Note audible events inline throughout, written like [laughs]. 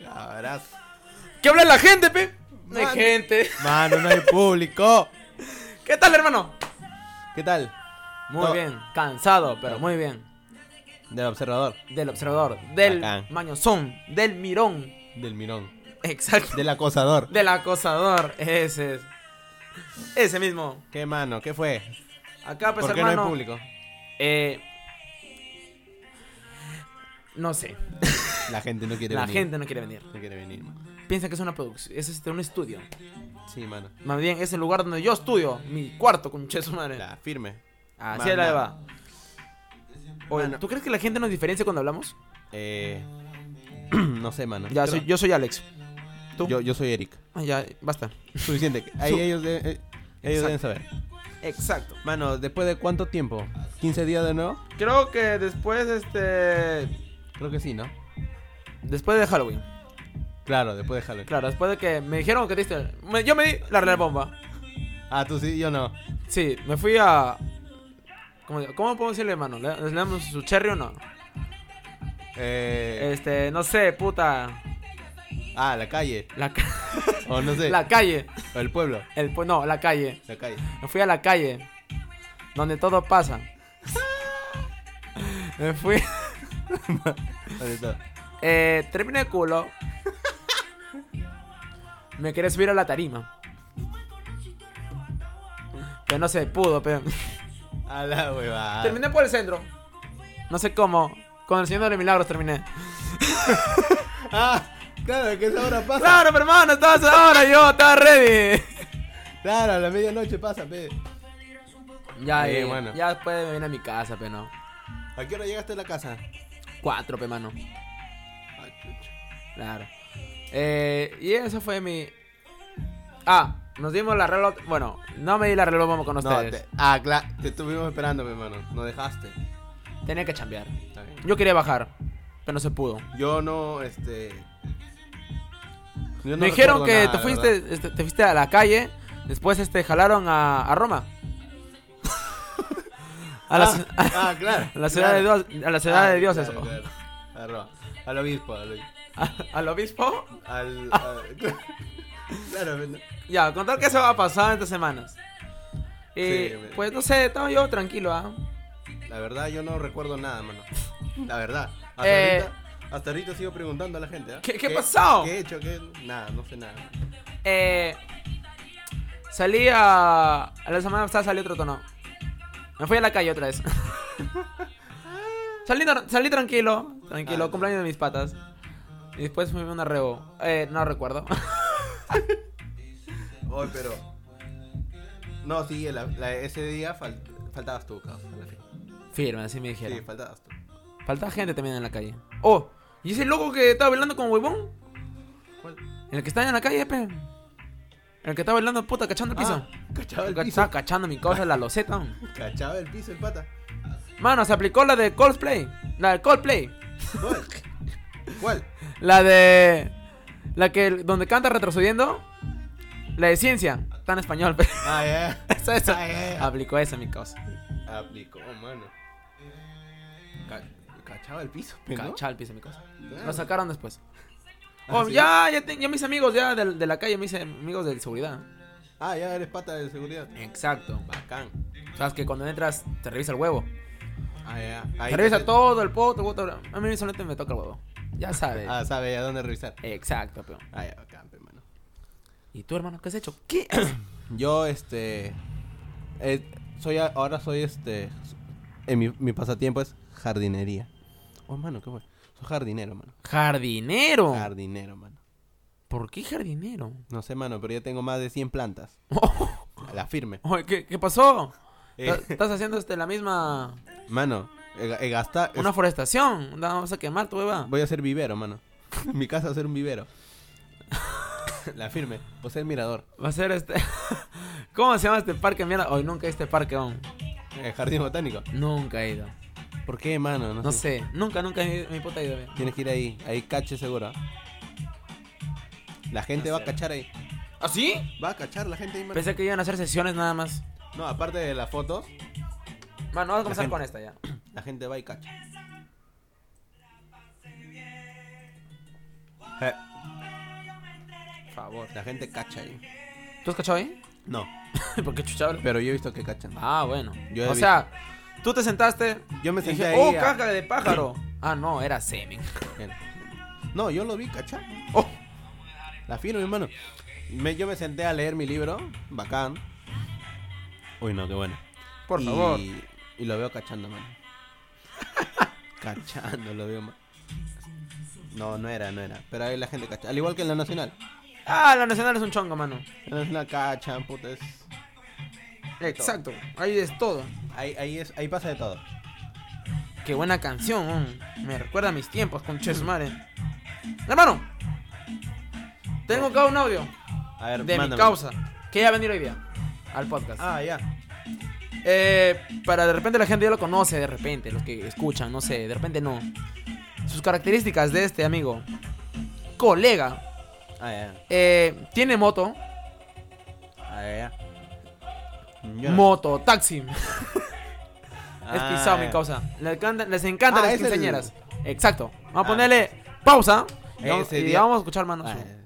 Cagazo. ¿Qué habla la gente, pe? No hay Man. gente. Mano, no hay público. ¿Qué tal, hermano? ¿Qué tal? Muy No. bien, cansado, pero muy bien. Del observador, Del observador, del Bacán. mañozón, del mirón. del mirón, Exacto. del acosador. Del acosador, ese es. Ese mismo. ¿Qué mano? ¿Qué fue? Acá, pues, ¿Por qué hermano. no hay público? eh, no sé. La gente no quiere La venir. gente no quiere venir. no quiere venir. man. Piensa que es una producción, es este, un estudio. Sí, mano. Más bien, es el lugar donde yo estudio. Mi cuarto, con su madre. La firme. Así Man, es la man. va. Oye, Mano. ¿tú crees que la gente nos diferencia cuando hablamos? Eh, [clears throat] no sé, mano. Ya, Creo- soy- yo soy Alex. ¿Tú? Yo, yo soy Eric. Ah, ya, basta. Suficiente. Ahí Su- ellos, de- eh, ellos deben saber. Exacto. Mano, ¿después de cuánto tiempo? ¿15 días de nuevo? Creo que después, este. Creo que sí, ¿no? Después de Halloween. Claro, después de Halloween. Claro, después de que me dijeron que te diste. me- yo me di la real bomba. Ah, tú sí, yo no. Sí, me fui a. ¿Cómo, cómo podemos decirle, hermano? ¿Le, le damos su cherry o no? Eh, Este, no sé, puta. ah, la calle. La, ca- O no sé. Eh. [laughs] la calle. O el pueblo. El, pue- no, la calle. La calle. Me fui a la calle. Donde todo pasa. [laughs] Me fui. Sobre todo. Eh, terminé de culo. Me quería subir a la tarima. Pero no se pudo, pero. A la huevada. Terminé por el centro. No sé cómo. Con el Señor de los Milagros terminé. Ah, claro, que esa hora pasa. Claro, pero hermano, estabas ahora yo, estaba ready. Ah. Claro, a la medianoche pasa, pe. Ya, Eh, eh, bueno. ya después me vine a mi casa, pero no. ¿A qué hora llegaste a la casa? Cuatro, pe, mano. Ah, chucha. Claro. Eh, y eso fue mi. Ah, nos dimos la reloj. Bueno, no me di la reloj, vamos con No, ustedes. te, ah, claro, te estuvimos esperando, mi hermano. No dejaste. Tenía que chambear. Está bien. Yo quería bajar, pero no se pudo. Yo no, este. yo no me recuerdo dijeron que nada, te la verdad. fuiste, este, te fuiste a la calle, después este jalaron a, [laughs] a Roma. a, la, ci- Ah, ah, claro. a la ciudad de claro. Dios, a la ciudad Ah, de dioses. claro, o- claro. A Roma. Al obispo, al, obispo. a- [laughs] al obispo. al, Ah. al- [laughs] claro, no. Ya, contar qué se va a pasar estas semanas. Y Sí, me- pues no sé, estaba yo tranquilo, ¿ah? la verdad yo no recuerdo nada, mano. La verdad. Hasta, Eh. ahorita, hasta ahorita sigo preguntando a la gente. ¿ah? ¿Qué- qué pasó? ¿Qué he hecho? ¿Qué? Nada, no sé nada. Eh, salí a. A la semana pasada salí otro tono. Me fui a la calle otra vez. [laughs] salí, nor- salí tranquilo, tranquilo, Ah. cumpleaños de mis patas. Y después me fui a una rebo. Eh, no recuerdo. [laughs] Hoy, pero. No, sí, la- la- ese día fal- faltabas tú, causa. la fe. Firme, así me dijeron. Sí, faltabas tú. Falta gente también en la calle. Oh, ¿y ese loco que estaba bailando con huevón? ¿Cuál? El que está en la calle, pe. El que está bailando, puta, cachando el piso. Ah, cachaba el Ca- piso. Estaba cachando mi cosa, la loseta. Cachaba el piso el pata. Mano, se aplicó la de Coldplay. La de Coldplay. ¿Cuál? ¿Cuál? La de. La que. Donde canta retrocediendo. La de ciencia. Está en español, [laughs] pero. Ah, ya. Eso, eso. Ah, ya, ya. Aplicó esa mi cosa. Aplicó, mano. Ca- cachaba el piso, pe, ¿no? Cachal, piso mi cosa. Claro. Lo sacaron después. Ah, Oh, ¿sí? ya, ya, te- ya mis amigos ya de, de la calle, mis amigos de seguridad. Ah, ya eres pata de seguridad. Exacto. Bacán. Sabes que cuando entras te revisa el huevo. Ah, ya. te revisa todo el poto, poto, A mí solamente me toca el huevo. Ya sabes. Ah, sabe a dónde revisar. Exacto, pero. Ah, ya, bacán, pe, mano. ¿Y tú, hermano, qué has hecho? ¿Qué? [clears throat] Yo, este. eh, soy a- ahora soy este. En mi, mi pasatiempo es jardinería. Oh, mano, qué bueno. Soy jardinero, mano. Oh. Jardinero. Jardinero, mano. ¿Por qué jardinero? No sé, mano, pero ya tengo más de 100 [laughs] plantas. A la firme. Oye, ¿qué, qué pasó? Eh. Ta- Estás haciendo este, la misma. Mano, gastar. Una forestación. No, Vamos a quemar tu hueva. Voy a hacer vivero, mano. [laughs] En mi casa va a ser un vivero. [laughs] la firme. Voy a ser mirador. Va a ser este. [laughs] ¿Cómo se llama este parque? Mierda. Hoy nunca he este parque aún. El eh, jardín botánico. Nunca he ido. ¿Por qué, mano? No, No sé. Nunca, nunca he ido. Mi puta he ido. mira. Tienes que ir ahí. Ahí cache seguro. ¿ah? La gente No va sé. a cachar ahí. ¿Ah, sí? Va a cachar la gente ahí, mano. Pensé que iban a hacer sesiones nada más. No, aparte de las fotos, Bueno, vamos a comenzar gente. con esta ya. la gente va y cacha. favor. Eh, La gente cacha ahí. ¿Tú has cachado ahí? [laughs] No, ¿Por qué chuchado? pero yo he visto que cachan. Ah, bueno. Yo he o visto. sea, tú te sentaste. Yo me y senté ahí dije, oh, a- caja [clears throat] de pájaro. ah, no, era semen. No, yo lo vi cachar. Oh, La firma, hermano. Me- yo me senté a leer mi libro, bacán. Uy, no, qué bueno. por Y- favor. Y lo veo cachando, mano. [laughs] cachando, lo veo, mano. No, no era, no era. Pero ahí la gente cacha. Al igual que en la nacional. Ah, la nacional es un chongo, mano. En la nacional cachan, puta. es- Exacto. Ahí es todo. Ahí, ahí, es, ahí pasa de todo. Qué buena canción. mm. Me recuerda a mis tiempos con Chesmare. Hermano, tengo acá un audio A ver, de mi mándame. causa que ya va a venir hoy día al podcast. Ah, ya. Eh, para de repente la gente ya lo conoce, de repente, los que escuchan, no sé, de repente no. Sus características de este amigo, colega, Ah, ya. eh, tiene moto, Ah, ya. ya. Yo no- moto, taxi. es Ah, pisado mi ya. causa. Les encantan, les encantan Ah, las es el- quinceañeras. Exacto. Vamos a Ah. ponerle pausa y Ese vamos, y día- vamos a escuchar, mano. Ah, su- ya.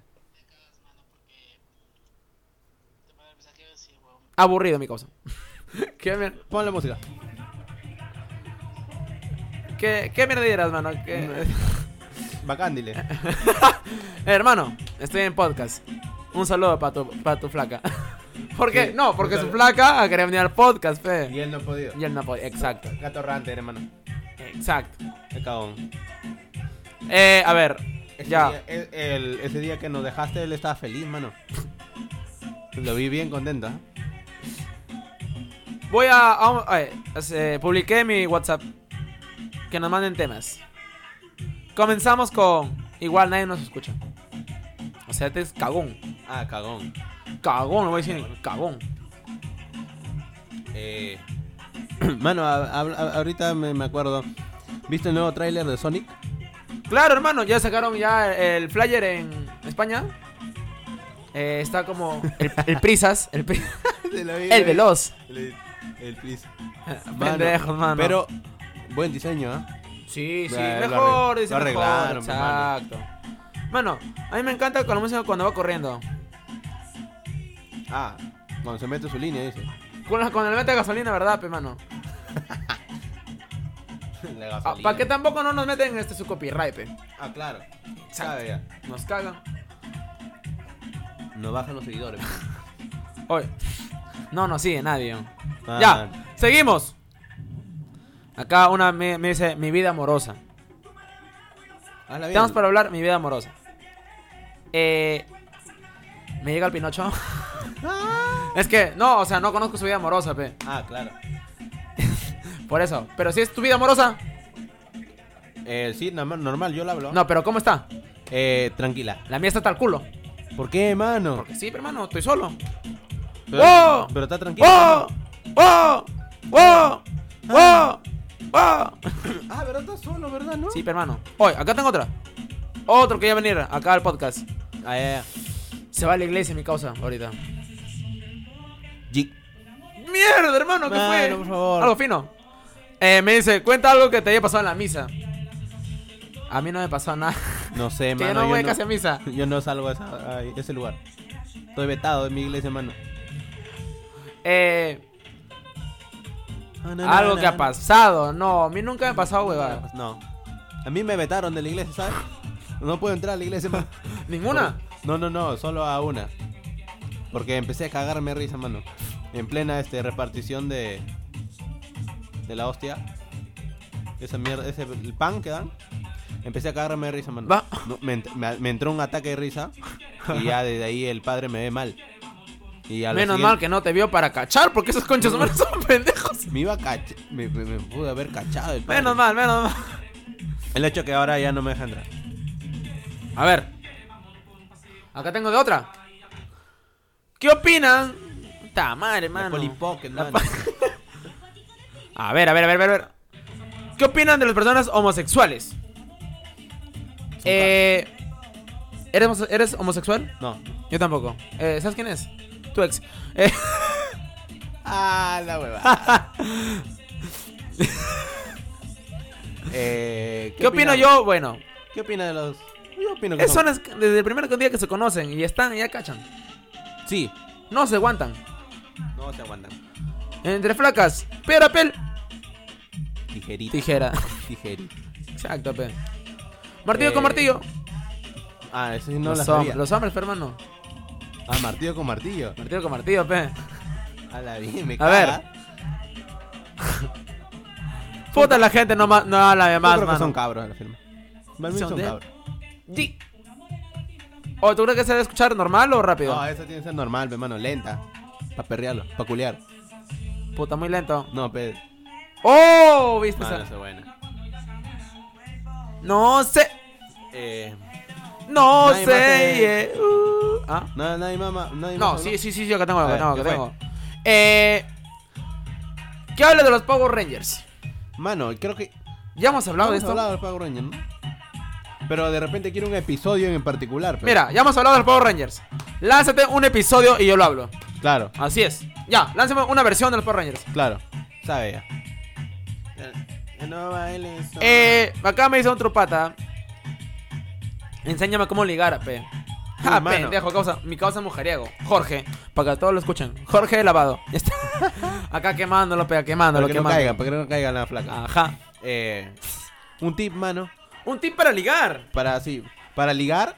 Aburrido mi causa. [laughs] ¿Qué, mier- Pon la música. qué, qué mierda dirás, mano? ¿Qué- Bacán, [laughs] dile. Eh, hermano, estoy en podcast. Un saludo para tu, pa' tu flaca. [laughs] ¿Por qué? Sí, No, un porque su saludo. flaca ah, quería venir al podcast, Y fe. él no ha podido. Y él no puede. Exacto, Catorrante, hermano. exacto. El cagón. Eh, a ver, Ese ya. Día, el, el- ese día que nos dejaste, él estaba feliz, mano. Lo vi bien contento. ¿eh? Voy a. a- a ver, es, eh, publiqué mi WhatsApp. Que nos manden temas. Comenzamos con. Igual nadie nos escucha. O sea, este es cagón. Ah, cagón. Cagón, lo voy a decir. Cagón. Eh, [clears throat] Mano, a- a- a- ahorita me, me acuerdo. ¿Viste el nuevo tráiler de [laughs] Sonic? Claro, hermano, ya sacaron ya el flyer en España. Eh, está como el, el prisas, el, pri- [laughs] el veloz. El, Please. Pendejos, mano. Pero, buen diseño, ¿ah? sí, sí, Eh, lo mejor, arreg- dice lo mejor, arreglaron, hermano. Exacto. Mano, a mí me encanta con la música cuando va corriendo. Ah, cuando se mete su línea, dice. [laughs] Con la, con el mete gasolina, ¿verdad, pe, mano? Ah, Para que tampoco no nos meten este su copyright, pe. Ah, claro. Sabe Nos cagan. Nos bajan los [laughs] seguidores. Oye. No nos sigue nadie. ¿no? Ah. Ya, seguimos. Acá una me, me dice mi vida amorosa. Hazla bien. Estamos para hablar mi vida amorosa. Eh, me llega el Pinocho. es que, no, o sea, no conozco su vida amorosa, pe. Ah, claro. Por eso. Pero si es tu vida amorosa. Eh, sí, normal, normal, yo la hablo. No, pero ¿cómo está? Eh, tranquila. La mía está tal culo. ¿Por qué, mano? Porque sí, pero hermano, estoy solo. Pero, ¡Oh! pero está tranquila. ¡Oh! ¡Oh! ¡Oh! ¡Oh! ¡Oh! mano. Ah, ¿verdad? Estás solo, ¿verdad? ¿No? Sí, pero hermano. Oye, acá tengo otra. Otro que ya venir acá al podcast. Ah, ya, ya. Se va a la iglesia mi causa ahorita. Ye- Mierda, hermano, ¿qué Mano, fue? por favor. Algo fino. Eh, me dice, cuenta algo que te haya pasado en la misa. A mí no me pasó [laughs] nada. No sé, que mano. yo no yo voy casi a misa. Yo [laughs] no salgo a, esa- a ese lugar. Estoy vetado de mi iglesia, mano. Eh, Ah, no, no, algo no, que ha no. pasado. No, a mí nunca me ha pasado, huevada. No. A mí me vetaron de la iglesia, ¿sabes? No puedo entrar a la iglesia, [laughs] mano. ¿Ninguna? No, no, no, solo a una. Porque empecé a cagarme de risa, mano. En plena este, repartición de. de la hostia. Esa mierda, ese el pan que dan. Empecé a cagarme de risa, mano. Va. No, me, ent- me- me entró un ataque de risa. Y ya desde ahí el padre me ve mal. Y a lo Menos mal que no te vio para cachar, porque esos conchas humanos son pendejos. siguiente- Me iba a cachar. Me, me- me pude haber cachado el padre. Menos mal, menos mal. El hecho que ahora ya no me deja entrar. A ver. Acá tengo de otra. ¿Qué opinan? Ta madre, La hermano. Polly Pocket, Ah, La mano. pa- A ver, a ver, a ver, a ver, a ver. ¿Qué opinan de las personas homosexuales? Eh, ¿eres, homo- eres homosexual? No. Yo tampoco. Eh, ¿Sabes quién es? Tu ex. Eh, Ah, la [laughs] hueva. eh, ¿Qué opino Eh, yo? Bueno, Eh, ¿Qué opina de los.? Yo opino que Eso son- es desde el primer día que se conocen y están, ya cachan. Sí, No se aguantan. no se aguantan. Entre flacas, piedra, papel, Tijerito. tijera. [laughs] Tijerito. Exacto, pe. Martillo con Eh, martillo. Ah, eso sí no los, la hom- sabía. los hombres, pe, hermano. Ah, martillo con martillo. Martillo con martillo, pe. A la bien, me A ver, caga. Puta la gente no, ma- no habla de Yo más, creo que mano. son cabros a la firma. Más bien ¿Son son de- cabros. Di. ¿O tú crees que se debe escuchar normal o rápido? No, eso tiene que ser normal, hermano, lenta. Para perrearlo, para culear. Puta, muy lento. No, pe. ¡Oh! ¿Viste Mano, esa? eso es buena. No sé. Eh, No Nadie más sé. te- yeah, uh, ¿Ah? no, nadie más. Nadie No, más, sí, sí, sí, sí, acá tengo, A acá ver, tengo, ¿qué acá fue? tengo. Eh, ¿Qué habla de los Power Rangers? Mano, creo que. Ya hemos hablado de hemos esto. hablado del Power Ranger, ¿no? Pero de repente quiero un episodio en particular. pe. Mira, ya hemos hablado de los Power Rangers. Lánzate un episodio y yo lo hablo. Claro, Así es. Ya, lánzame una versión de los Power Rangers. claro. Sabe ya. Que Eh, No bailes. solo. Eh, acá me dice otro pata. Enséñame cómo ligar, pe. Ja, mano. pendejo, causa, mi causa mujeriego. Jorge, para que todos lo escuchen. Jorge Lavado. [laughs] Ya está. acá quemándolo, pe, quemándolo, para que no quemándolo. caigan, para que no caigan la flaca. Ajá. Eh, un tip, mano. Un tip para ligar. Para así. Para ligar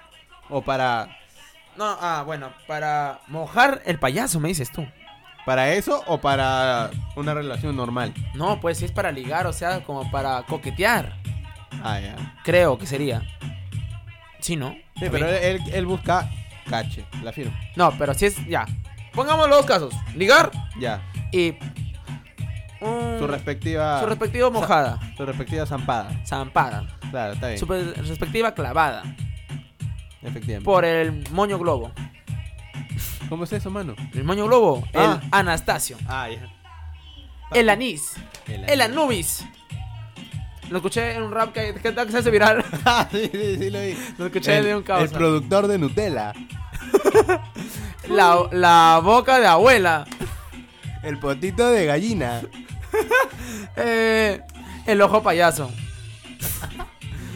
o para. No, ah, bueno, para mojar el payaso, me dices tú. ¿Para eso o para una relación normal? No, pues si es para ligar, o sea, como para coquetear. Ah, ya. Creo que sería. Sí, ¿no? Sí, pero él, él busca cache, la firma. No, pero si es. Ya. Pongamos los casos. Ligar Ya. y. un- Su respectiva. Ah. su respectiva mojada. su respectiva zampada. Zampada. Claro, está bien. Su pe- respectiva clavada. Efectivamente. Por el moño globo. ¿Cómo es eso, mano? El moño globo. Ah. El Anastasio. Ah, ya. El anís. El anubis. Lo escuché en un rap que, que, que se hace viral. [laughs] Ah, sí, sí, sí, lo vi. Lo escuché el, de un causa. El productor de Nutella. La, la boca de abuela. El potito de gallina. Eh, el ojo payaso.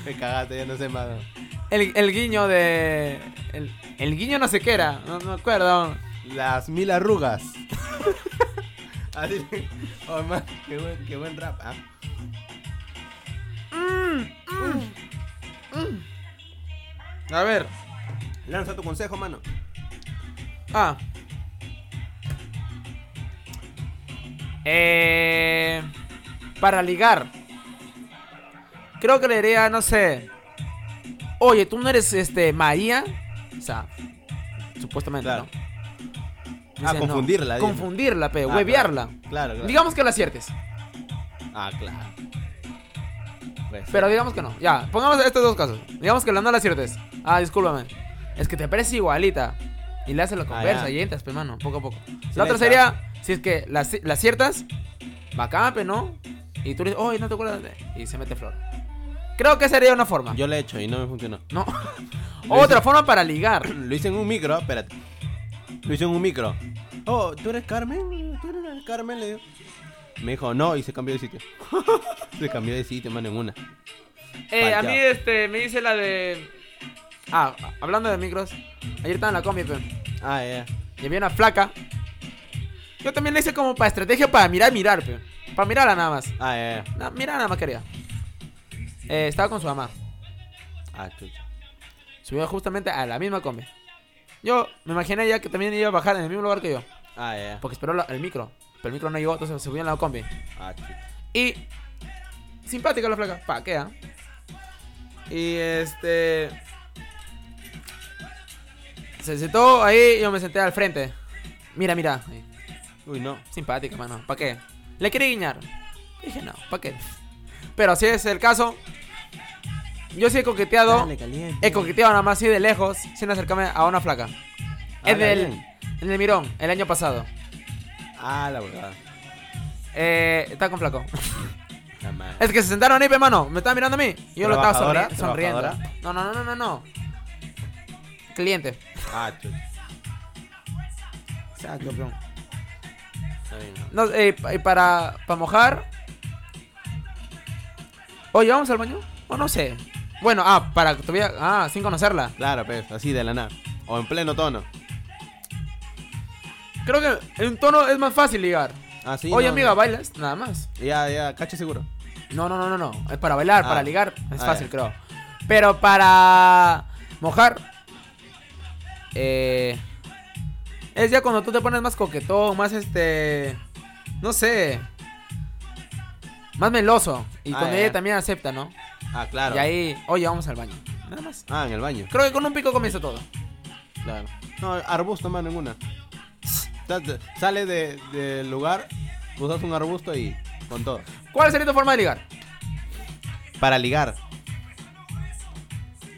Me cagaste, ya no sé, mano. El, el guiño de. El, el guiño no sé qué era. No no me acuerdo. Las mil [laughs] arrugas. Así. Oh, man, qué buen, qué buen rap, ¿ah? A ver. Lanza tu consejo, mano. Ah. Eh, para ligar. Creo que le diría, no sé. Oye, tú no eres este María. O sea, supuestamente, Claro. ¿no? Ah, Dice, no. confundirla. dime. Confundirla, pe, Ah, claro. huevearla. Claro, claro. Digamos que la aciertes. Ah, claro. Pues, Pero digamos que no. Ya, pongamos estos dos casos. Digamos que la no la aciertes. Ah, discúlpame. Es que te parece igualita. Y le haces la conversa Ah, ya. y entras, pe, mano, poco a poco. Sí, la otra ahí sería, si es que la, ci- la aciertas, bacán, pe, ¿no? Y tú le dices, oye, no te acuerdas de... Y se mete flor. Creo que sería una forma. Yo lo he hecho y no me funcionó. [laughs] No. Lo hice- otra forma para ligar. [laughs] [clears throat] Lo hice en un micro, espérate. Lo hice en un micro. Oh, ¿tú eres Carmen? ¿Tú eres Carmen? Le digo. Me dijo, no, y se cambió de sitio. [laughs] se cambió de sitio, mano, en una. Eh, a Vaya. mí este, me dice la de... Ah, hablando de micros. Ayer estaba en la comi, pe. Ah, ya. Y había una flaca. Yo también le hice como para estrategia para mirar, mirar, pe. Para mirarla nada más. Ah, ya, ya. Na- mira nada más quería. Eh, estaba con su mamá. Ah, chucha. Subió justamente a la misma combi. Yo me imaginé ya que también iba a bajar en el mismo lugar que yo. Ah, ya. ya. Porque esperó la- el micro. Pero el micro no llegó, entonces subió en la combi. Ah, chucha. Y. Simpática la flaca. Pa, ¿qué, ah? Y este. Se sentó ahí yo me senté al frente. Mira, mira. ahí. Uy, no. Simpática, mano. ¿Para qué? Le quería guiñar. Dije, no, ¿para qué? Pero si es el caso, yo sí he coqueteado. caliente. He coqueteado nada más así de lejos, sin acercarme a una flaca. En Ala, el, bien. en el Mirón, el año pasado. Ah, la verdad. Eh, está con flaco. [laughs] La madre. Es que se sentaron ahí, pe, mano. Me estaba mirando a mí. Y yo lo estaba ¿Trabajadora? sonri- sonriendo. ¿Trabajadora? No, no, no, no, no, no. Cliente. Ah, chucha. Exacto, peón. Está bien. No, eh, pa- y para, para mojar. Oye, ¿vamos al baño? O no sé. Bueno, ah, para todavía. Ah, sin conocerla. Claro, pues, así de la nada. O en pleno tono. Creo que en tono es más fácil ligar. Así. Oye, no, amiga, ¿bailas? Nada más. Ya, ya, cacho seguro. No, no, no, no, no. Es para bailar, Ah. para ligar. Es Ah, fácil, ya. creo. Pero para mojar. eh, es ya cuando tú te pones más coquetón, más este. No sé. Más meloso. Y Ah, cuando ya, ella ya. también acepta, ¿no? Ah, claro. Y ahí, oye, vamos al baño. Nada más. Ah, en el baño. Creo que con un pico comienza todo. Claro. No, arbusto, mano, en una. Sa- te- Sales de- del lugar, usas un arbusto y con todo. ¿Cuál sería tu forma de ligar? Para ligar.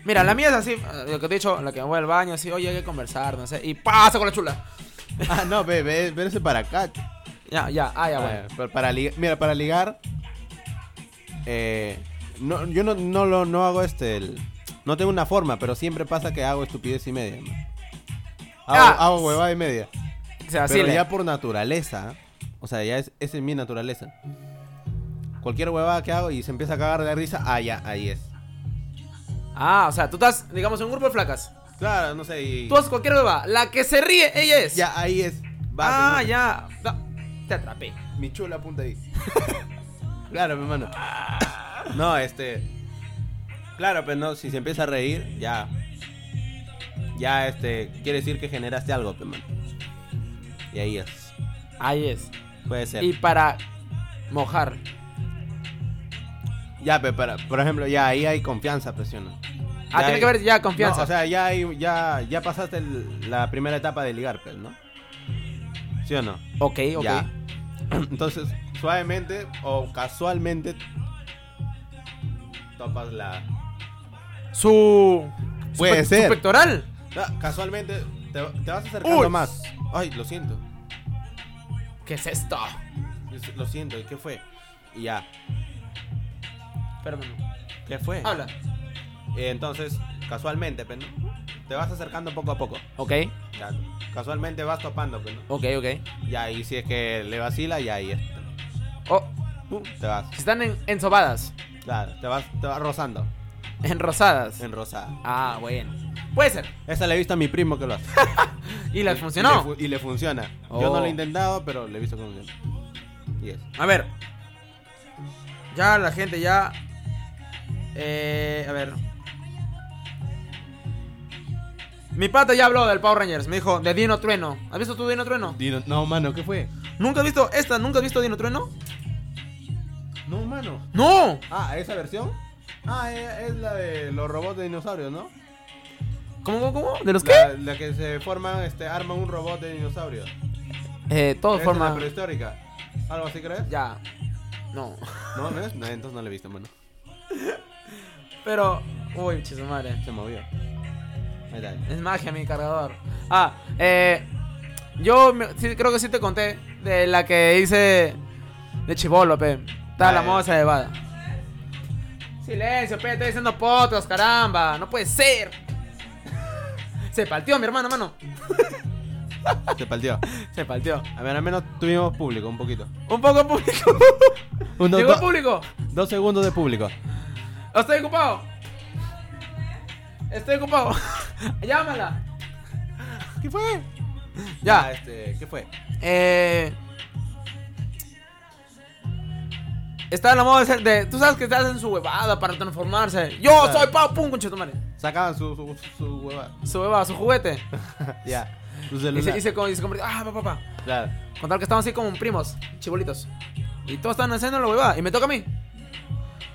Mira, la mía es así, eh, lo que te he dicho, la que me voy al baño, así, oye, hay que conversar, no sé, y pasa con la chula. Ah, no, ve, ve, ve ese para acá. Ya, ya, ah, ya, Ah, bueno. ya, pa- para ligar, mira, para ligar. eh, no, yo no, no, lo, no hago este. el- no tengo una forma, pero siempre pasa que hago estupidez y media. ¿no? Hago, Ah, hago huevada y media. O sea, así Pero le- ya por naturaleza. O sea, ya es, esa es mi naturaleza. Cualquier huevada que hago y se empieza a cagar de risa, ah, ya, ahí es. Ah, o sea, tú estás, digamos, en un grupo de flacas. Claro, no sé. Y... Tú haces cualquier beba, la que se ríe, ella es. Ya, ahí es. ah, se ya. No, te atrapé. nota. Mi chula apunta ahí. [laughs] claro, mi hermano. [coughs] No, este. Claro, pero no, si se empieza a reír, ya. Ya, este. Quiere decir que generaste algo, pe, mano. Y ahí es. Ahí es. Puede ser. Y para mojar. Ah, Ya, pero por ejemplo, ya ahí hay confianza, pues, presiona. Ah, tiene que ver ya confianza. o sea, ya, hay, ya, ya pasaste el- la primera etapa de ligar, pe, ¿no? ¿Sí o no? ok, ok. Ya. [clears throat] Entonces, suavemente o casualmente topas la. Su. Puede su, pe- ser. Su pectoral. No, casualmente te, te vas acercando Uy. más. Ay, lo siento. ¿Qué es esto? es- Lo siento, ¿y qué fue? Y ya. Espérame. ¿Qué fue? Habla. Eh, entonces, casualmente, pe, ¿no? Te vas acercando poco a poco. Ok, Ya, Casualmente vas topando, pe, ¿no? ok, ok. Ya, y si es que le vacila, ya ahí es. Oh, Pum, Te vas. si están en, ensobadas, Claro, te vas, te vas rozando. en rosadas. En rosada. Ah, bueno. Puede ser. Esa la he visto a mi primo que lo hace. Y la Y- funcionó. Y le, fu- y le funciona. Yo Oh. no lo he intentado, pero le he visto que funciona. Y eso. A ver. Ya la gente ya. Eh, a ver. Mi pata ya habló del Power Rangers. Me dijo, de Dino Trueno. ¿Has visto tú Dino Trueno? Dino- no, mano, ¿qué fue? ¿Nunca has visto esta? ¿Nunca has visto Dino Trueno? No, mano. ¡No! Ah, ¿esa versión? Ah, e- es, la de los robots de dinosaurios, ¿no? ¿Cómo, cómo, cómo? ¿De los qué? La, la que se forman, este, arman un robot de dinosaurios. Eh, todo Esa es forma. la prehistórica. ¿Algo así crees? Ya. No. [laughs] No, ¿no es? No, entonces no la he visto, mano. Pero. Uy, chis madre. Se movió. Ahí está. Es magia mi cargador. Ah, eh. Yo me- sí, creo que sí te conté de la que hice de chivolo, pe. Estaba Ah, la ya. moza de Bada. Silencio, pe, estoy diciendo potos, caramba. No puede ser. [laughs] Se palteó, mi hermano, mano. Se palteó. Se palteó. A ver, al menos tuvimos público, un poquito. Un poco público. Uno, Llegó do- público. dos segundos de público. Estoy ocupado. Estoy ocupado. [laughs] Llámala. ¿Qué fue? Ya. este, ¿qué fue? Eh, está la moda de, de- Tú sabes que estás en su huevada para transformarse. Yo Claro. soy Pau Pum, conchetumare. Sacaban su, su, su hueva. Su huevada, su juguete. [laughs] Ya. Su Y celular. se, y se co- y se convirtió. Ah, papá, papá. Claro. Contar que estaban así como primos, chibolitos. Y todos estaban haciendo la huevada. Y me toca a mí.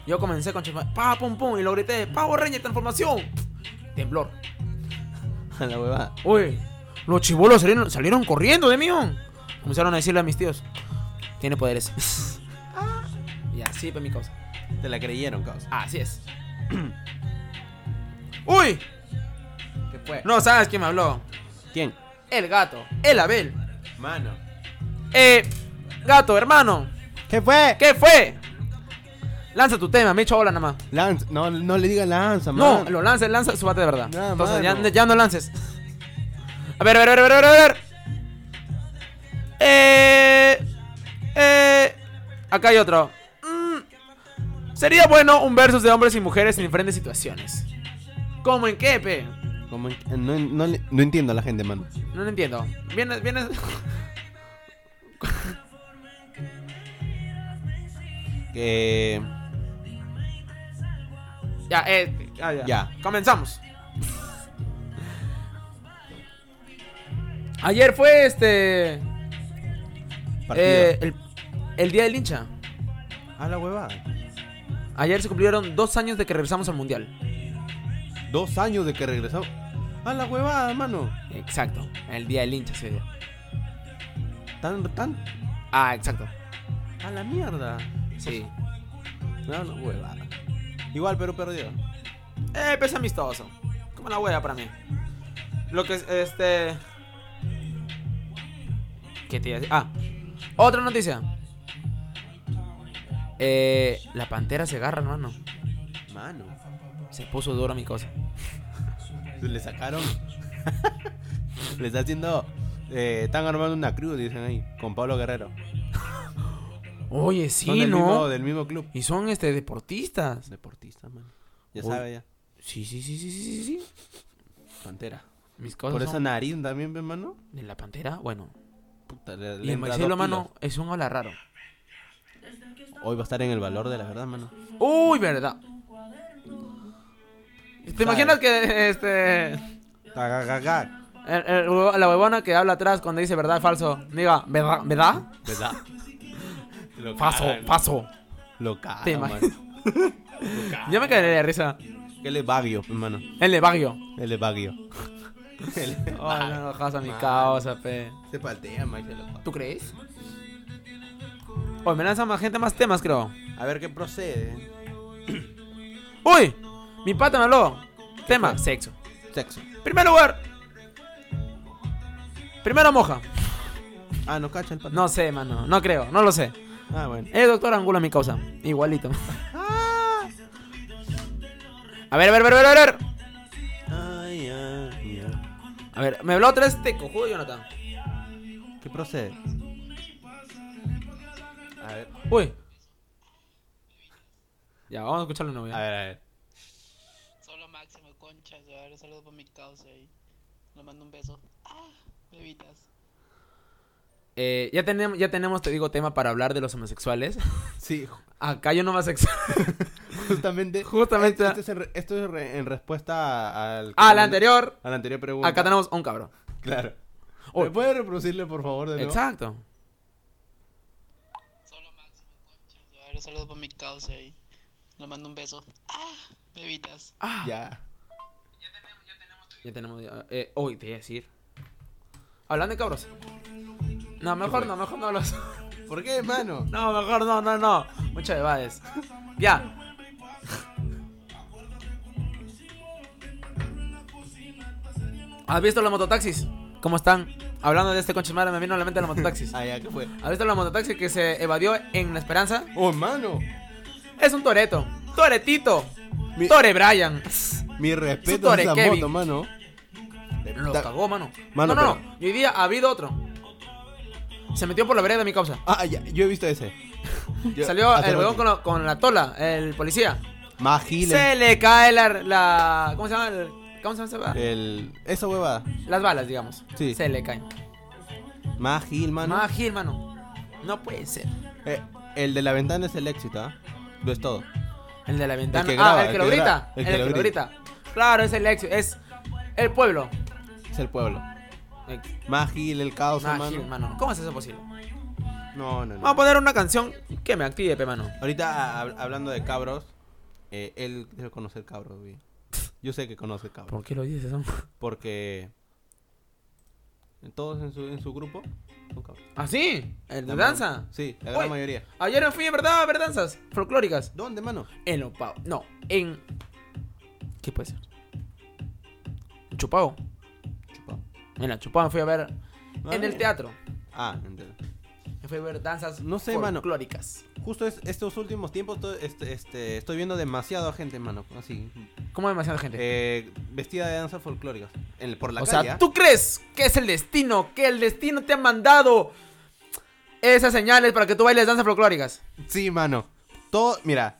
Yo comencé con chima- Pa, pum, pum. Y lo grité. Pavo Reña, transformación. Temblor. A [laughs] la huevada. Uy, los chibolos salieron, salieron corriendo de mí. ¿no? Comenzaron a decirle a mis tíos: Tiene poderes. y así fue mi causa. Te la creyeron, causa. Así es. ¡Uy! ¿Qué fue? No sabes quién me habló. ¿Quién? El gato, el Abel. Mano. Eh, gato, hermano, ¿Qué fue? ¿qué fue? Lanza tu tema, me he hecho bola nada más. Lanza. No, no le digan lanza, No, mano. lo lanza, lanza su bate de verdad. Nada, Entonces ya, mano. ya no lances. A ver, a ver, a ver, a ver, a ver. Eh, eh, acá hay otro. Mm, Sería bueno un versus de hombres y mujeres en diferentes situaciones. ¿Cómo en qué, pe? Como en- no, no le- no entiendo a la gente, mano. No lo entiendo. Vienes, vienes. Que. [laughs] Ya, eh. ah, ya. Ya. Comenzamos. Ayer fue este. Partido. eh, el, el día del hincha. A la huevada. Ayer se cumplieron dos años de que regresamos al mundial. Dos años de que regresamos. A la huevada, mano. Exacto. El día del hincha ese día. Tan, tan. Ah, exacto. A la mierda. Sí. No, no, huevada. Igual, pero perdió. Eh, pez amistoso. Como la hueá para mí. Lo que es este. ¿Qué te iba a decir? Ah, otra noticia. Eh, la pantera se agarra, hermano. Mano. Se puso duro mi cosa. Pues, Le sacaron. [laughs] Le está haciendo. eh, están armando una crew, dicen ahí. Con Pablo Guerrero. Oye, Son sí, del mismo, ¿no? del mismo club. Y son este deportistas. Deportista, mano. Ya Uy. sabe, ya. Sí, sí, sí, sí, sí, sí, sí. Pantera. Mis cosas. Por son esa nariz también, ve, mano. De la pantera, bueno. Puta, le, Y le el entra Marcelo, dos mano, es un hola raro. kilos. Hoy va a estar en el valor de la verdad, mano. Uy, verdad. ¿Te imaginas que este. Tagagagá. El- el huevo- la huevona que habla atrás cuando dice verdad falso, diga, ¿verdad? ¿Verdad? [laughs] ¿Verdad? Lo Falso, cagan. falso. Lo cagan, Te mano. imaginas. Lo cagan. Yo me caeré de risa. Él es Baguio, hermano. El de Baguio. Él es [laughs] Baguio. Él es Oh, no, jodas a mi Mano. causa, pe. Se patea, man, se lo patea. ¿Tú crees? Hoy me lanza más gente más temas, creo. A ver qué procede. ¡Uy! Mi pata me habló. Tema, sexo. Sexo. Primer lugar. Primera moja. Ah, no cacha el pato. No sé, mano. No creo, no lo sé. Ah, bueno. Es Eh, doctor Angulo mi causa. Igualito. A ver, a ver, a ver, a ver, a ver. Ay, ay, ay. A ver, me habló otra vez este cojudo Jonathan. ¿Qué procede? A ver, Uy. Ya, vamos a escucharlo novia. a ver, a ver. Solo Máximo, concha, a ver, saludo por mi causa ahí. Le mando un beso. Ah, bebitas. Eh, ya, tenemos, ya tenemos, te digo, tema para hablar de los homosexuales. Sí, Acá yo no homosexual. justamente. [laughs] Justamente. Esto es, en re- esto es re- en respuesta al. [laughs] Ah, la anterior. A la anterior pregunta. Acá tenemos un cabrón. Claro. Uy. ¿Me puede reproducirle, por favor, de nuevo? Exacto. Solo Máximo, concha, a ver, saludo por mi causa ahí. Le mando un beso. Ah, bebitas. Ah, ya. Ya. tenemos. ya, Eh, uy, te iba a decir. Hablando de cabros. No, mejor no, mejor no los. ¿Por qué, hermano? No, mejor no, no, no. Muchas evades. Ya. ¿Has visto los mototaxis? ¿Cómo están? Hablando de este conche madre, me vino a la mente los mototaxis. Ah, ya, ¿qué fue? ¿Has visto los mototaxis que se evadió en La Esperanza? ¡Oh, hermano! Es un toreto. Toretito. Mi- Tore Brian. Mi respeto a Tore esa Kevin. moto, mano. Lo Da- cagó, mano. Mano, no, no, no. Y hoy día ha habido otro. Se metió por la vereda, mi causa. Ah, ya, yo he visto ese. Yo- [laughs] Salió hace el rato. huevón con, la- con la tola, el policía. Más giles. Se le cae la, la- ¿Cómo se llama? El- ¿Cómo se llama? esa huevada? El... Esa huevada. Las balas, digamos. Sí. Se le caen. Más gil, mano. Más Gil, mano. No puede ser. Eh, el de la ventana es el éxito, ¿ah? Lo es todo. El de la ventana. que graba, ah, el que, lo grita. El, que, lo grita. Claro, es el ex. Es el pueblo. Es el pueblo. Ex- Más gil, el caos, Más mano. Gil, mano. ¿Cómo es eso posible? No, no, no. Vamos a poner una canción que me active, pe, mano. Ahorita hab- hablando de cabros, eh, él debe conocer cabros, güey. Yo sé que conoce cabros. ¿Por qué lo dices eso? Porque todos en su, en su grupo son cabros. [laughs] ¿Ah, sí? ¿El de La danza? ma- Sí, la gran Uy. mayoría. Ayer me fui, en verdad, a ver danzas folclóricas. ¿Dónde, mano? En Opao. No, en. ¿Qué puede ser? Chupao. Chupado. En la Chupao me fui a ver. Ah, en el mira. teatro. Ah, entiendo. Me fui a ver danzas No sé, mano. folclóricas. Justo es- estos últimos tiempos to- este, este, estoy viendo demasiado gente, mano. Así. ¿Cómo demasiada gente? eh, vestida de danza folclórica. En- por la o calle. sea, ¿ah? ¿tú crees que es el destino? Que el destino te ha mandado esas señales para que tú bailes danzas folclóricas. Sí, mano. Todo, mira,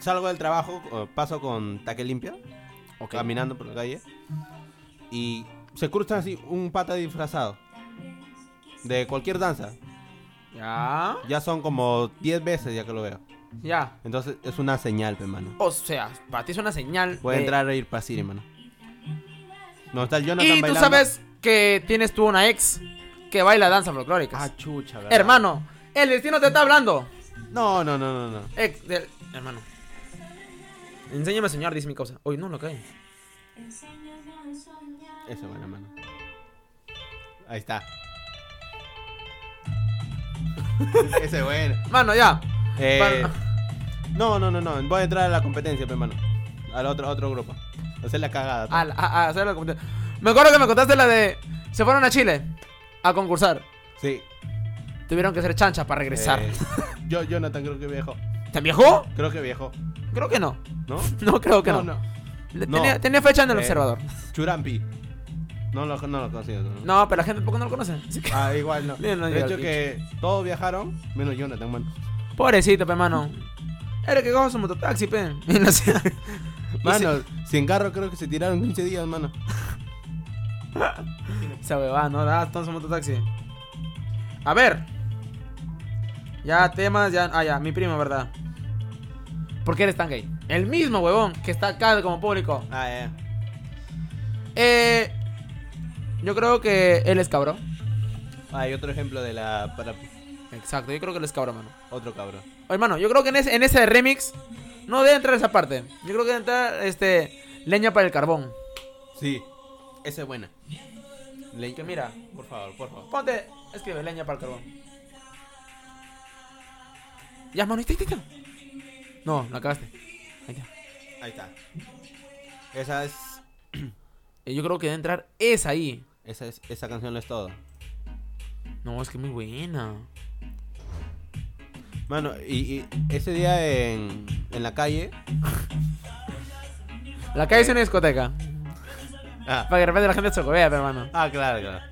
salgo del trabajo, o paso con taque limpio, Ok. caminando por la calle, y se cruza así un pata disfrazado de cualquier danza. Ya. Ya son como 10 veces ya que lo veo. Ya. Entonces es una señal, pe, mano. O sea, para ti es una señal. Voy a de- entrar a ir para Siri, mano. No, está el Jonathan Y tú bailando. sabes que tienes tú una ex que baila danza folclórica. Ah, chucha, ¿verdad? hermano, el destino te está hablando. No, no, no, no, no. Ex del. Hermano. Enséñame a soñar, dice mi causa. Uy, no lo cae. Eso, buena mano. Ahí está. [laughs] Ese es bueno. Mano, ya. Eh, Para- no, no, no, no. Voy a entrar a la competencia, pe, mano. Al otro, otro grupo. Hacer la cagada. pe. A, la- a- a hacer la computadora. Me acuerdo que me contaste la de. Se fueron a Chile a concursar. Sí. Tuvieron que hacer chanchas para regresar. Eh, yo, Jonathan, creo que viejó. ¿Te viajó? Creo que viejó. Creo que no. [laughs] ¿No? No, creo que no. no. Le- No. Tenía, tenía fecha en el Eh, observador. Churampi. No lo, no lo consigo. ¿no? No, pero la gente tampoco no lo conoce. Así que- Ah, igual [laughs] no. Bien, no de llega hecho el que todos viajaron, menos Jonathan, mano. Pobrecito, pe, mano. Era que coja su mototaxi, pe. [laughs] Y no sé. Mano, sin carro creo que se tiraron 15 días, mano. Esa huevada, no da todo su mototaxi. A ver. Ya, temas, ya. Ah, ya, mi primo, ¿verdad? ¿Por qué eres tan gay? El mismo huevón que está acá como público. Ah, ya. Eh. Yo creo que él es cabrón. Hay Ah, otro ejemplo de la. para Exacto, yo creo que él es cabrón, mano. otro cabrón. Oye, mano, yo creo que en ese, en ese remix no debe entrar esa parte. Yo creo que debe entrar, este, leña para el carbón. Sí, esa es buena. Le- Que mira, Por favor, por favor. ponte, escribe leña para el carbón. Ya, mano, ahí está, ahí está, ahí está. No, la acabaste. Ahí está. Ahí está. Esa es. Eh, Yo creo que debe entrar esa ahí. Esa, es, esa canción lo es todo. No, es que muy buena. Mano, y, y ese día en, en la calle. La calle es una discoteca. Ah, Para que de repente la gente se cobea, pero, mano. ah claro, claro.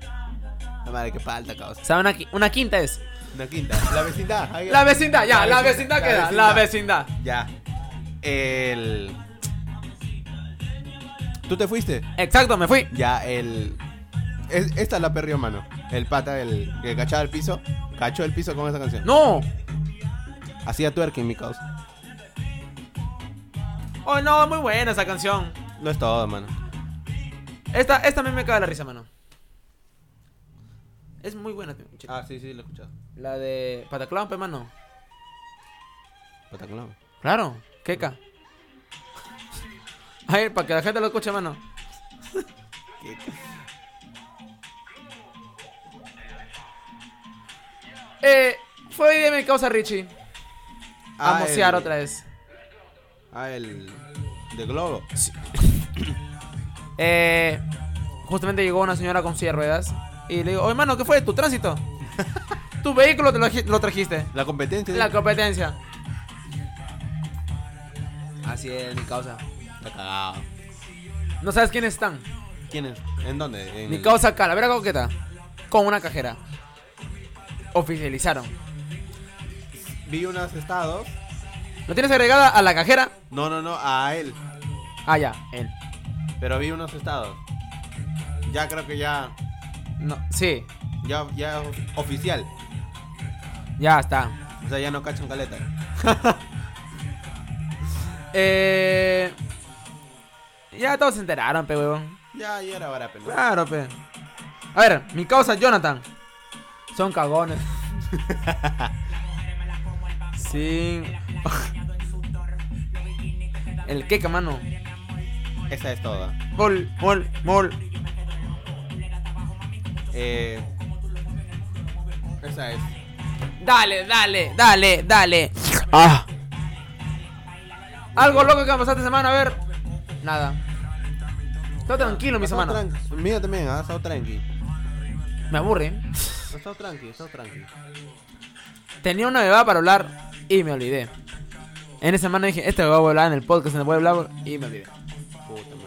La madre, que falta, causa. O sea, una, qui- una quinta es. La quinta, la vecindad. ahí- La vecindad, ya, la vecindad queda. La vecindad. vecindad. Ya. El. ¿Tú te fuiste? Exacto, me fui. Ya, el. es- esta la perrió, mano. El pata, el que cachaba el piso. Cachó el piso con esa canción. No. Hacía twerking, mi causa. Oh, no, muy buena esa canción. No es todo, mano. Esta, esta a mí me cae la risa, mano. Es muy buena, chica. Ah, sí, sí, lo he escuchado. La de Pataclón, pe, mano. Pataclón. Claro, [laughs] queca. A ver, para que la gente lo escuche, mano. Eh, fue de mi causa Richie. A mocear otra vez. Ah, el. De Globo. Eh, justamente llegó una señora con silla de ruedas. Y le digo, oye, mano, ¿qué fue? ¿Tu [laughs] tránsito? ¿Tu vehículo te lo, lo trajiste? La competencia. La competencia. Así es, mi causa. Está cagado. No sabes quiénes están. Ah, ¿Quién es? ¿En dónde? En Mi el- causa Calavera Coqueta. Con una cajera. Oficializaron. Vi unos estados. ¿Lo tienes agregada a la cajera? No, no, no, a él. Ah, ya, él. Pero vi unos estados. Ya creo que ya. No, sí, Ya, ya oficial. ya está. O sea, ya no cachan caleta. Eh. Ya todos se enteraron, pe huevón. Ya, ya era hora, pero. Claro, pe. A ver, mi causa Jonathan. Son cagones. sí. [laughs] El queca, mano. Esa es toda. Mol, mol, mol. Eh, esa es. Dale, dale, dale, dale. Ah. Algo loco que me pasó esta semana, a ver. Nada. Todo tranquilo, mi Pasado semana. tranqui. Mío también, ha estado tranqui. Me aburre. Ha estado tranqui, ha estado tranqui. Tenía una bebada para hablar y me olvidé. En esa semana dije, esta bebada voy a hablar en el podcast, no voy a hablar y me olvidé. Puta, man.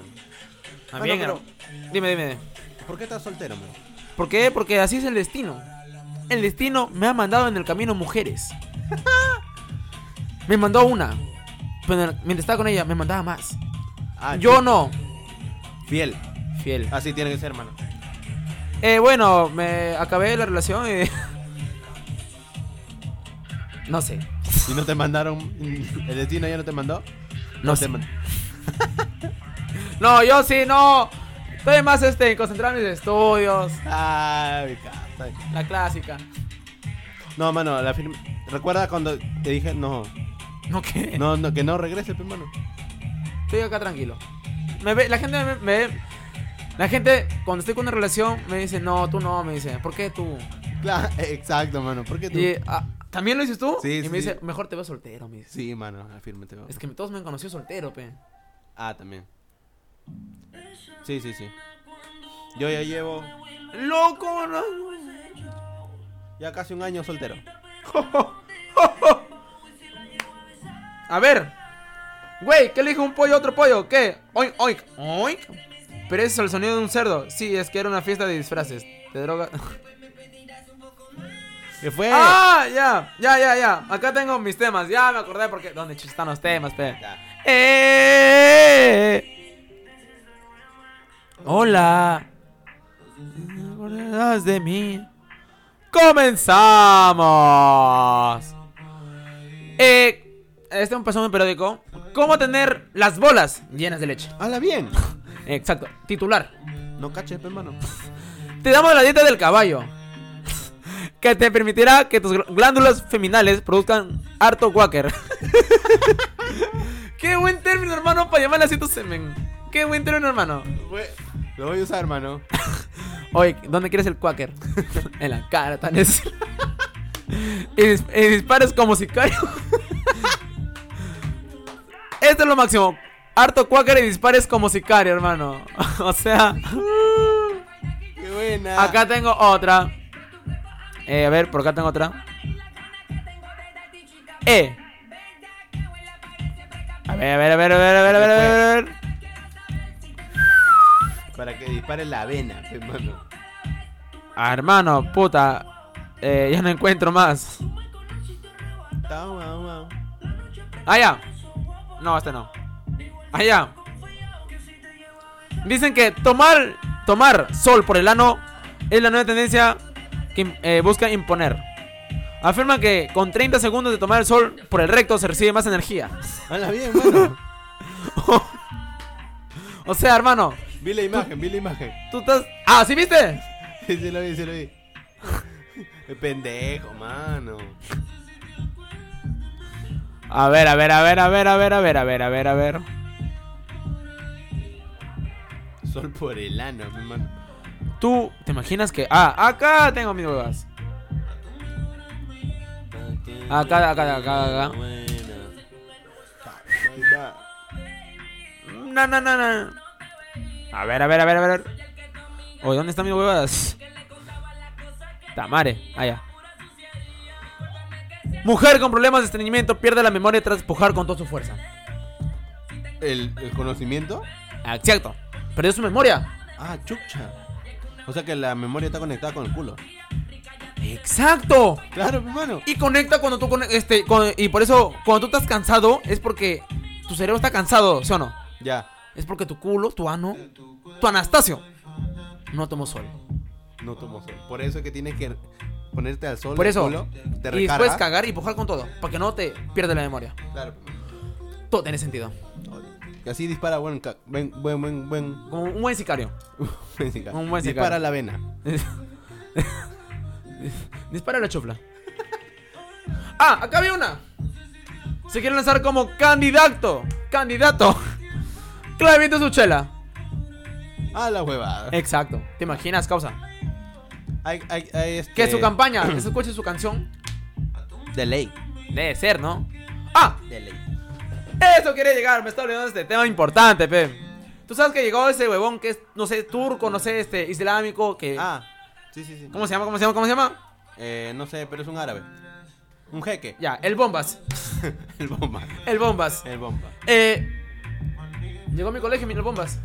También Bueno, era- Dime, dime. ¿Por qué estás soltero, man? ¿Por qué? Porque así es el destino. El [laughs] destino me ha mandado en el camino mujeres. me mandó una. Pero mientras estaba con ella, me mandaba más. Ah, Yo sí. no. Fiel. Fiel. Así tiene que ser, hermano. Eh, bueno, me acabé la relación y. [laughs] No sé. Y no te mandaron. El destino ya no te mandó. No te sé. mandó. No, yo sí, no. Estoy más este, concentrado en mis estudios. Ay, casa. La clásica. No, mano, la firma. Recuerda cuando te dije no, No, que. no, no, que no regrese, hermano. Estoy acá tranquilo. Me ve, la gente me, me ve. La gente, cuando estoy con una relación, me dice, no, tú no, me dice, ¿por qué tú? Claro, [laughs] exacto, mano. ¿Por qué tú? Y, ah, ¿También lo dices tú? Sí, y sí, me dice, sí. mejor te veo soltero, me dice. Sí, mano, afírmate. va. Es que todos me han conocido soltero, pe. Ah, también. Sí, sí, sí. Yo ya llevo ¡Loco, no! ya casi un año soltero. A ver. Güey, ¿qué le dijo un pollo a otro pollo? ¿Qué? Oink, oink, oink. Pero ese es el sonido de un cerdo. Sí, es que era una fiesta de disfraces. De [laughs] droga. ¿Qué fue? ¡Ah! Ya, ya, ya, ya. Acá tengo mis temas. Ya me acordé porque. ¿Dónde chucha están los temas, pe? Ya. ¡Eh! Hola. ¿Te acordás de mí? ¡Comenzamos! Eh, este es un paso en periódico. ¿Cómo tener las bolas llenas de leche? Habla bien. Exacto, titular. No caches, pe, hermano. Te damos la dieta del caballo. Que te permitirá que tus gl- glándulas feminales produzcan harto quaker. [laughs] Qué buen término, hermano, para llamar así tu semen. Qué buen término, hermano. Lo voy a usar, hermano. Oye, ¿dónde quieres el quaker? [laughs] en la cara, tan es. [laughs] y, dis- y dispares como sicario. [laughs] Esto es lo máximo. Harto quaker y dispares como sicario, hermano. [laughs] o sea. Qué buena. Acá tengo otra. Eh, a ver, por acá tengo otra. Eh. A ver, a ver, a ver, a ver, a ver, a ver, a ver, a ver. Para que dispare la avena, pe, hermano. Ah, hermano, puta. Eh, ya no encuentro más. Tau, au, au. Ah, ya. No, este no. Ah, ya. Dicen que tomar, tomar sol por el ano es la nueva tendencia que im- eh, busca imponer. Afirman que con 30 segundos de tomar el sol por el recto se recibe más energía. Habla bien, hermano. O sea, hermano, [laughs] Vi la imagen, vi la imagen. [laughs] tú estás. ¡Ah, sí viste! Sí, sí lo vi, sí lo vi. [laughs] Qué pendejo, mano. A ver, a ver, a ver, a ver, a ver, a ver, a ver, a ver, a ver. Sol por el ano, mi hermano. Tú, ¿te imaginas que.? Ah, acá tengo mis huevas. Acá, acá, acá, acá. Buena. Ahí está. No, no, no, no. A ver, a ver, a ver, a ver. Oye, ¿dónde están mis huevadas? Tamare, allá. Mujer con problemas de estreñimiento pierde la memoria tras pujar con toda su fuerza. ¿El, el conocimiento? Ah, Exacto. Perdió su memoria. Ah, chucha. O sea que la memoria está conectada con el culo. Exacto. Claro, mi hermano. Y conecta cuando tú con- este con- y por eso cuando tú estás cansado es porque tu cerebro está cansado, ¿sí o no? Ya. Es porque tu culo, tu ano, tu Anastasio no tomó sol. No tomo sol. Por eso es que tienes que ponerte al sol. Por el eso culo, te y recarga. después cagar y pujar con todo, para que no te pierda la memoria. Claro, mi hermano. Todo tiene sentido. Y así dispara buen, ca- buen, buen, buen, buen. Como un buen sicario. buen cigarro. Un buen dispara cigarro. la vena. Dispara [laughs] la chufla. Ah, acá había una. Se quiere lanzar como candidato. Candidato. [laughs] Claviento su chela. Ah, la Eh, huevada. Exacto. ¿Te imaginas, causa? Hay, hay, hay este... Que su campaña, [clears throat] que se escuche su canción. De ley. Debe ser, ¿no? ¡Ah! De ley. Eso quería llegar, me está olvidando este tema importante, pe. Tú sabes que llegó ese huevón que es, no sé, turco, no sé, este, islámico, que... Ah, sí, sí, sí. ¿Cómo se llama? ¿Cómo se llama? ¿Cómo se llama? Eh, no sé, pero es un árabe. Un jeque. [laughs] Ya, el bombas. El bomba. El bombas. El bomba. Eh... Llegó a mi colegio, mira, el bombas.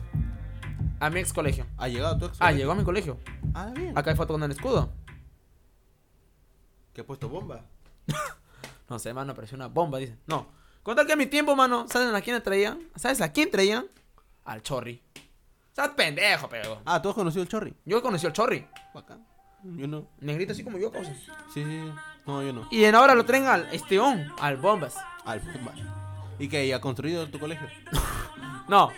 A mi ex colegio. ¿Ha llegado tu ex? Ah, llegó a mi colegio. Ah, bien. Acá hay foto con el escudo. ¿Qué ha puesto bomba? No sé, mano, pareció una bomba, dice. No. Con tal que a mi tiempo, mano, ¿sabes a quién traían? ¿Sabes a quién traían? Al chorri. Estás pendejo, pero. Ah, ¿tú has conocido el Chorri? Yo conocí al chorri. Bacán. Yo no. Negrito así como yo, cosas. Sí, sí, sí. No, yo no. Y en ahora lo traen al Esteón, al Bombas. Al Pumba. ¿Y qué? ¿Y ha construido tu colegio? No.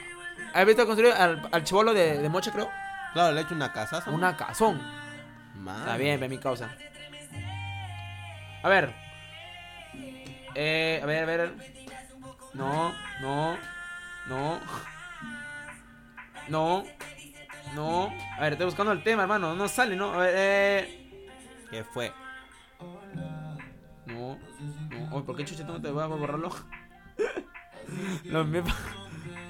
¿Has visto construir al, al chivolo de, de Mocha, creo? Claro, le ha hecho una casaza. ¿no? Una cazón. Madre. Está bien, ve mi causa. A ver. Eh, a ver, a ver. No, no, no. [laughs] No, no. A ver, estoy buscando el tema, hermano. No sale, ¿no? A ver, eh. ¿Qué fue? No, no. Oye, ¿por qué chucha no te voy a borrarlo? [laughs] Lo envié pa-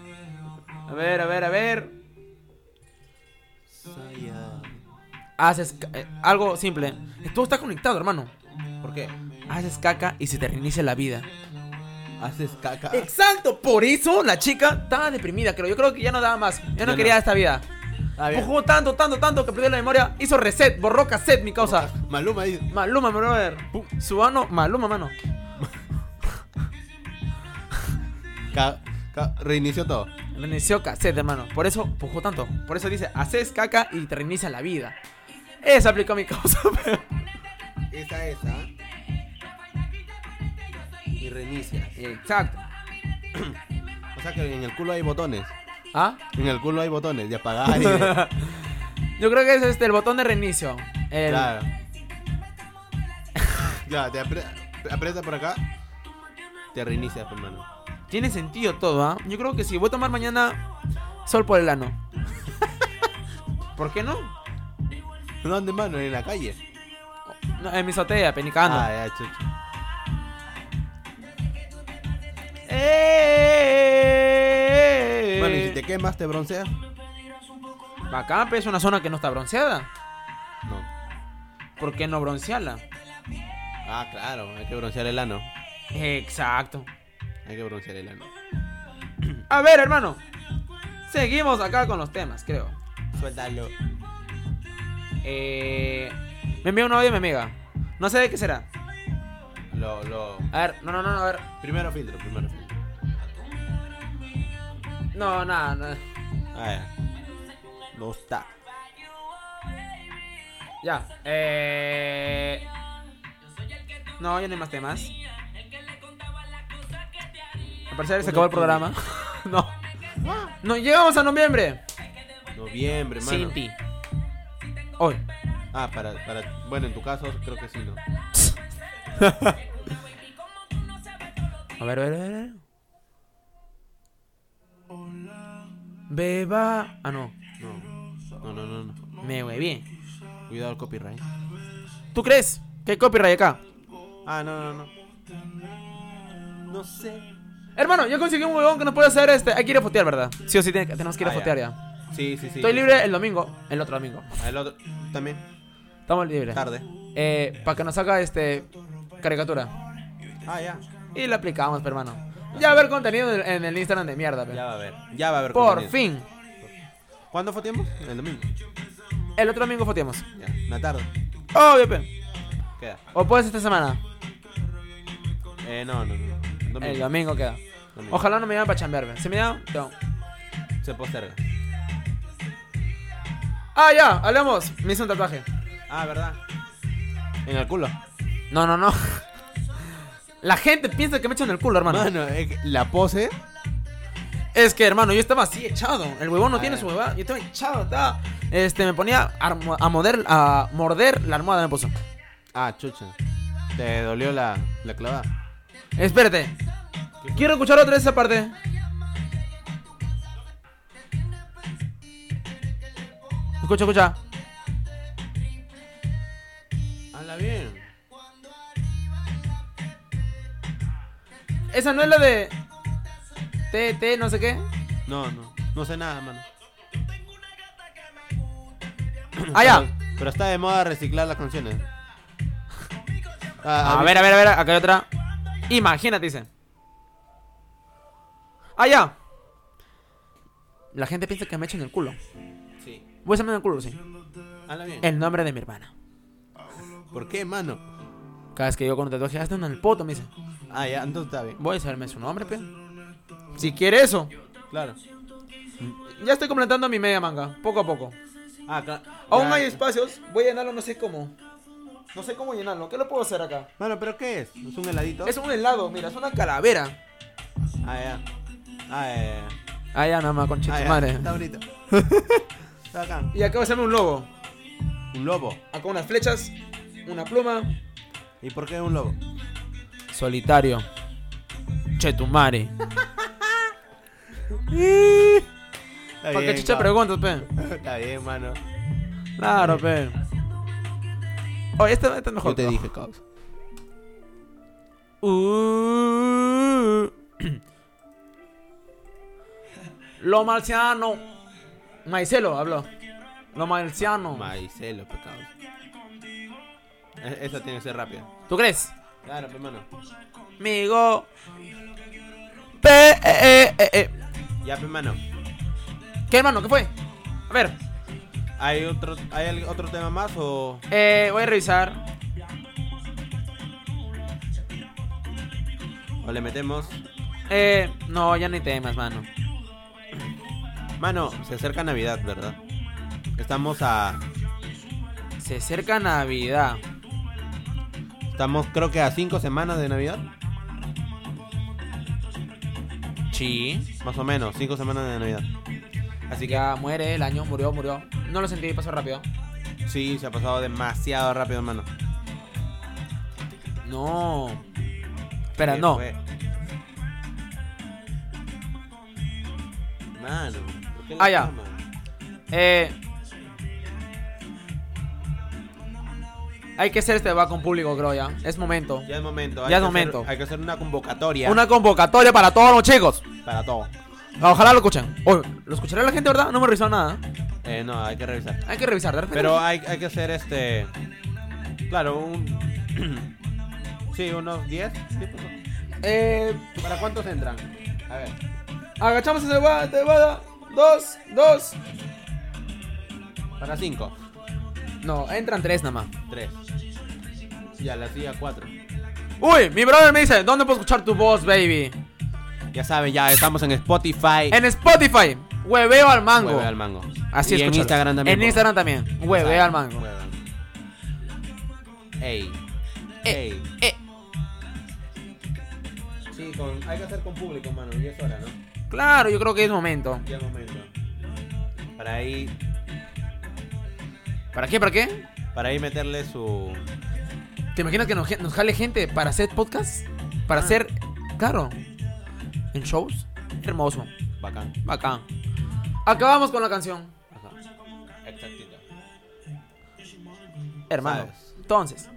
[laughs] A ver, a ver, a ver. Haces ca- eh, algo simple. Todo está conectado, hermano. ¿Por qué? Haces caca y se te reinicia la vida. Haces caca. Exacto, por eso la chica estaba deprimida, creo. Yo creo que ya no daba más. Ya no Ya quería no. esta vida. Ah, bien. Jugó tanto, tanto, tanto que perdió la memoria. Hizo reset, borró cassette, mi causa. Maluma dice. Maluma, brother. Pum. Subano, Maluma, mano. Ca- ca- reinició todo. Reinició cassette, hermano. Por eso pujó tanto. Por eso dice, haces caca y te reinicia la vida. Eso aplicó mi causa. [laughs] pero- Esa es, ¿ah? Y reinicia. Exacto. O sea que en el culo hay botones. ¿Ah? En el culo hay botones de apagar y de... [laughs] [laughs] Yo creo que es este, el botón de reinicio. El- Claro. [laughs] Ya, te apre- aprieta por acá. Te reinicia, pues, mano. Tiene sentido todo, ¿ah? Yo creo que sí. Voy a tomar mañana sol por el [laughs] ano. ¿Por qué no? ¿Pero dónde, mano? En la calle. No, en mi azotea, penicando. Ah, ya, chucho. ¡Eh! Bueno, y si te quemas, te bronceas. Bacán, pero es una zona que no está bronceada. No. ¿Por qué no broncearla? Ah, claro, hay que broncear el ano. Exacto. Hay que broncear el ano. A ver, hermano. Seguimos acá con los temas, creo. Suéltalo. Eh, me envía un audio, mi amiga. No sé de qué será. Lo, lo. A ver, no, no, no, no, a ver. Primero filtro, primero filtro. No, nada, nada. Ah, ya. No está. Ya. Eh... No, ya no hay más temas. Al parecer se acabó el programa. [laughs] no. No, llegamos a noviembre. Noviembre, mano. Sin ti. Hoy. Ah, para, para. Bueno, en tu caso, creo que sí, ¿no? A ver, a ver, a ver, a ver. Beba. Ah, no. No. No, no, no, no. Me bien. Cuidado el copyright. ¿Tú crees que hay copyright acá? Ah, no, no, no. No sé. Hermano, yo conseguí un huevón que nos puede hacer este. Hay que ir a fotear, ¿verdad? Sí o sí, tiene- tenemos que ir a Ah, ya. fotear ya. Sí, sí, sí. Estoy sí, libre el domingo. El otro domingo. sí. El otro. También. Estamos libres. Tarde. Eh, para que nos haga este caricatura. Ah, ya. Y la aplicamos, pe, hermano. Ya va a haber contenido en- en el Instagram de mierda, pe. Ya va a haber. Ya va a haber. Por contenido. fin. ¿Cuándo fue tiempo? El domingo. El otro domingo foteamos. Ya. Una tarde. Obvio, pe. Queda. O puedes esta semana. Eh, no, no, no. El domingo queda. Domingo. Ojalá no me llamen para chambearme. Si me llaman, tengo. Se posterga. Ah, ya, hablamos. Me hice un tatuaje. Ah, ¿verdad? En el culo. No, no, [laughs] no. La gente piensa que me echan el culo, hermano. Mano, es que la pose. Es que, hermano, yo estaba así echado. El huevón no Ah, tiene ya. su huevada. Yo estaba echado, estaba. Este, me ponía a, armo- a morder, a morder la almohada, me puso. Ah, chucha. Te dolió la, la clavada. Espérate. Quiero escuchar otra vez esa parte. Escucha, escucha. Hala bien. Esa no es la de. T, T, no sé [clears throat] qué. No, no. No sé nada, mano. Ah, ya. Pero, pero está de moda reciclar las canciones. Ah, A ver, a ver, a ver, acá hay otra. Imagínate, dice. Ah, ya. La gente piensa que me echan el culo. Sí. Voy a echarme en el culo, sí. Hala bien. El nombre de mi hermana. ¿Por qué, mano? Cada vez que yo con un tatuaje, hazte uno en el poto, me dice. Ah, ya, entonces está bien. Voy a saberme su nombre, pe. Si quiere eso. Claro. Ya estoy completando mi media manga, poco a poco. Ah, claro. Aún hay espacios, voy a llenarlo no sé cómo. No sé cómo llenarlo, ¿qué lo puedo hacer acá? Mano, ¿pero qué es? ¿Es un heladito? Es un helado, mira, es una calavera. Ah, ya. Ah, ya, ya, ya. Ah, ya nada más, Ah, conchita ya. madre. Está [laughs] bonito. está acá. Y acá va a hacerme un lobo. Un lobo. Acá unas flechas, una pluma. ¿Y por qué un lobo? Solitario. Chetumare. Está ¿Para qué bien, chicha cabrón. preguntas, pe? [laughs] Está bien, mano. Claro, pe. Oye, este, este es mejor. Yo te [laughs] pe. dije, causa. Uh. [clears throat] Lo marciano. Maicelo habló. Lo Oh, marciano. Maicelo, pecados. E-, Esa tiene que ser rápida. ¿Tú crees? Claro, pues, mano. Amigo. Pe eh, eh, eh, eh. Ya, pues, mano. ¿Qué hermano? ¿Qué fue? A ver, ¿Hay otro, ¿Hay al- otro tema más o.? eh, voy a revisar. O le metemos. Eh, no, ya no hay temas, mano. Mano, se acerca Navidad, ¿verdad? Estamos a. Se acerca Navidad. Estamos, creo que a cinco semanas de Navidad. Sí. Más o menos, cinco semanas de Navidad. Así que ya muere el año, murió, murió. No lo sentí, pasó rápido. Sí, se ha pasado demasiado rápido, hermano. No. Espera, Sí, no. fue. Mano. ¿por qué la Ah, ya. cama? Eh. Hay que hacer este va con público, creo ya. Es momento. Ya es momento. hay Ya es que hacer- momento. hay que hacer una convocatoria Una convocatoria para todos los chicos. para todo. Ojalá lo escuchen. Oye, ¿lo escuchará la gente, verdad? No me revisó nada. Eh, no, hay que revisar. Hay que revisar, de repente. Pero hay, hay que hacer este. Claro, un. [clears throat] sí, unos 10. ¿sí? pues, Eh. ¿Para cuántos entran? A ver. Agachamos ese va, te va. Dos, dos. Para 5, No, entran tres nada más. 3. Ya, la silla 4. Uy, mi brother me dice, ¿dónde puedo escuchar tu voz, baby? Ya saben, ya estamos en Spotify. En Spotify, hueveo al mango. Hueve al mango. Así y es. en Instagram también. En por- Instagram también. Hueveo al mango. Hueve al mango. Ey. Eh, Ey. eh. Sí, con, hay que hacer con público, mano. Y es hora, ¿no? Claro, yo creo que es momento. Ya es momento. Para ahí. ¿Para qué? ¿Para qué? Para ahí meterle su. ¿Te imaginas que nos, gen- nos jale gente para hacer podcast? Para Ah. hacer, claro, en shows. Hermoso, Bacán. bacán. Acabamos con la canción, Ajá. Exactito. hermano. Sabes. Entonces,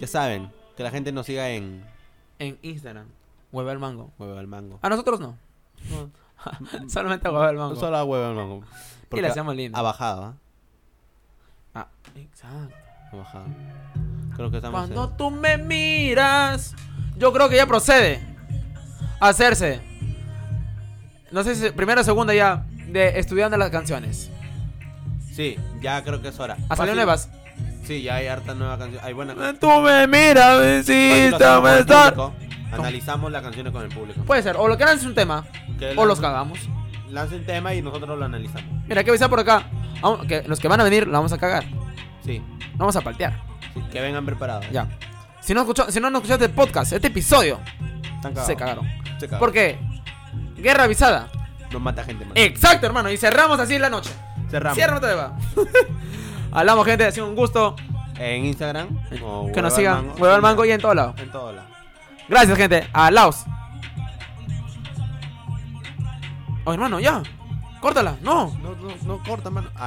Ya saben, que la gente nos siga en en Instagram, hueveo al mango. Hueva al Mango. A nosotros no. [laughs] Solamente a hueveo al mango. Solo a Hueva al Mango. Y la hacemos linda. Ha bajado, ¿ah? Ah, exacto. Ha bajado. Creo que estamos Cuando en... tú me miras, yo creo que ya procede a hacerse. No sé si primera o segunda ya de estudiando las canciones. Sí, ya creo que es hora. A salir Fácil- nuevas. Sí, ya hay harta nueva canción. Hay buena canción. Tú me miras, Analizamos las canciones con el público. Puede ser, o lo que es un tema, Que Pues, o lan- los cagamos. Lanza un tema y nosotros lo analizamos. Mira, hay que avisar por acá. Vamos- que los que van a venir, la vamos a cagar. Sí. La Vamos a paltear. sí, que vengan preparados. Ya. Si no, escuchó- si no nos escuchaste el podcast, este episodio, Están cagados. se cagaron. Se cagaron. Porque, Eh, guerra avisada. Nos mata gente, mano. Exacto, hermano. Y cerramos así la noche. Cerramos. Cierra, no te [laughs] va. Hablamos, gente. Ha sido un gusto En Instagram. o que Hueva al nos sigan. Mango. Huevo al mango y en todos lados. En todos lados. Gracias, gente. A Laos. Oh, hermano, ya. Córtala. No. No, no, no corta, mano. Ah,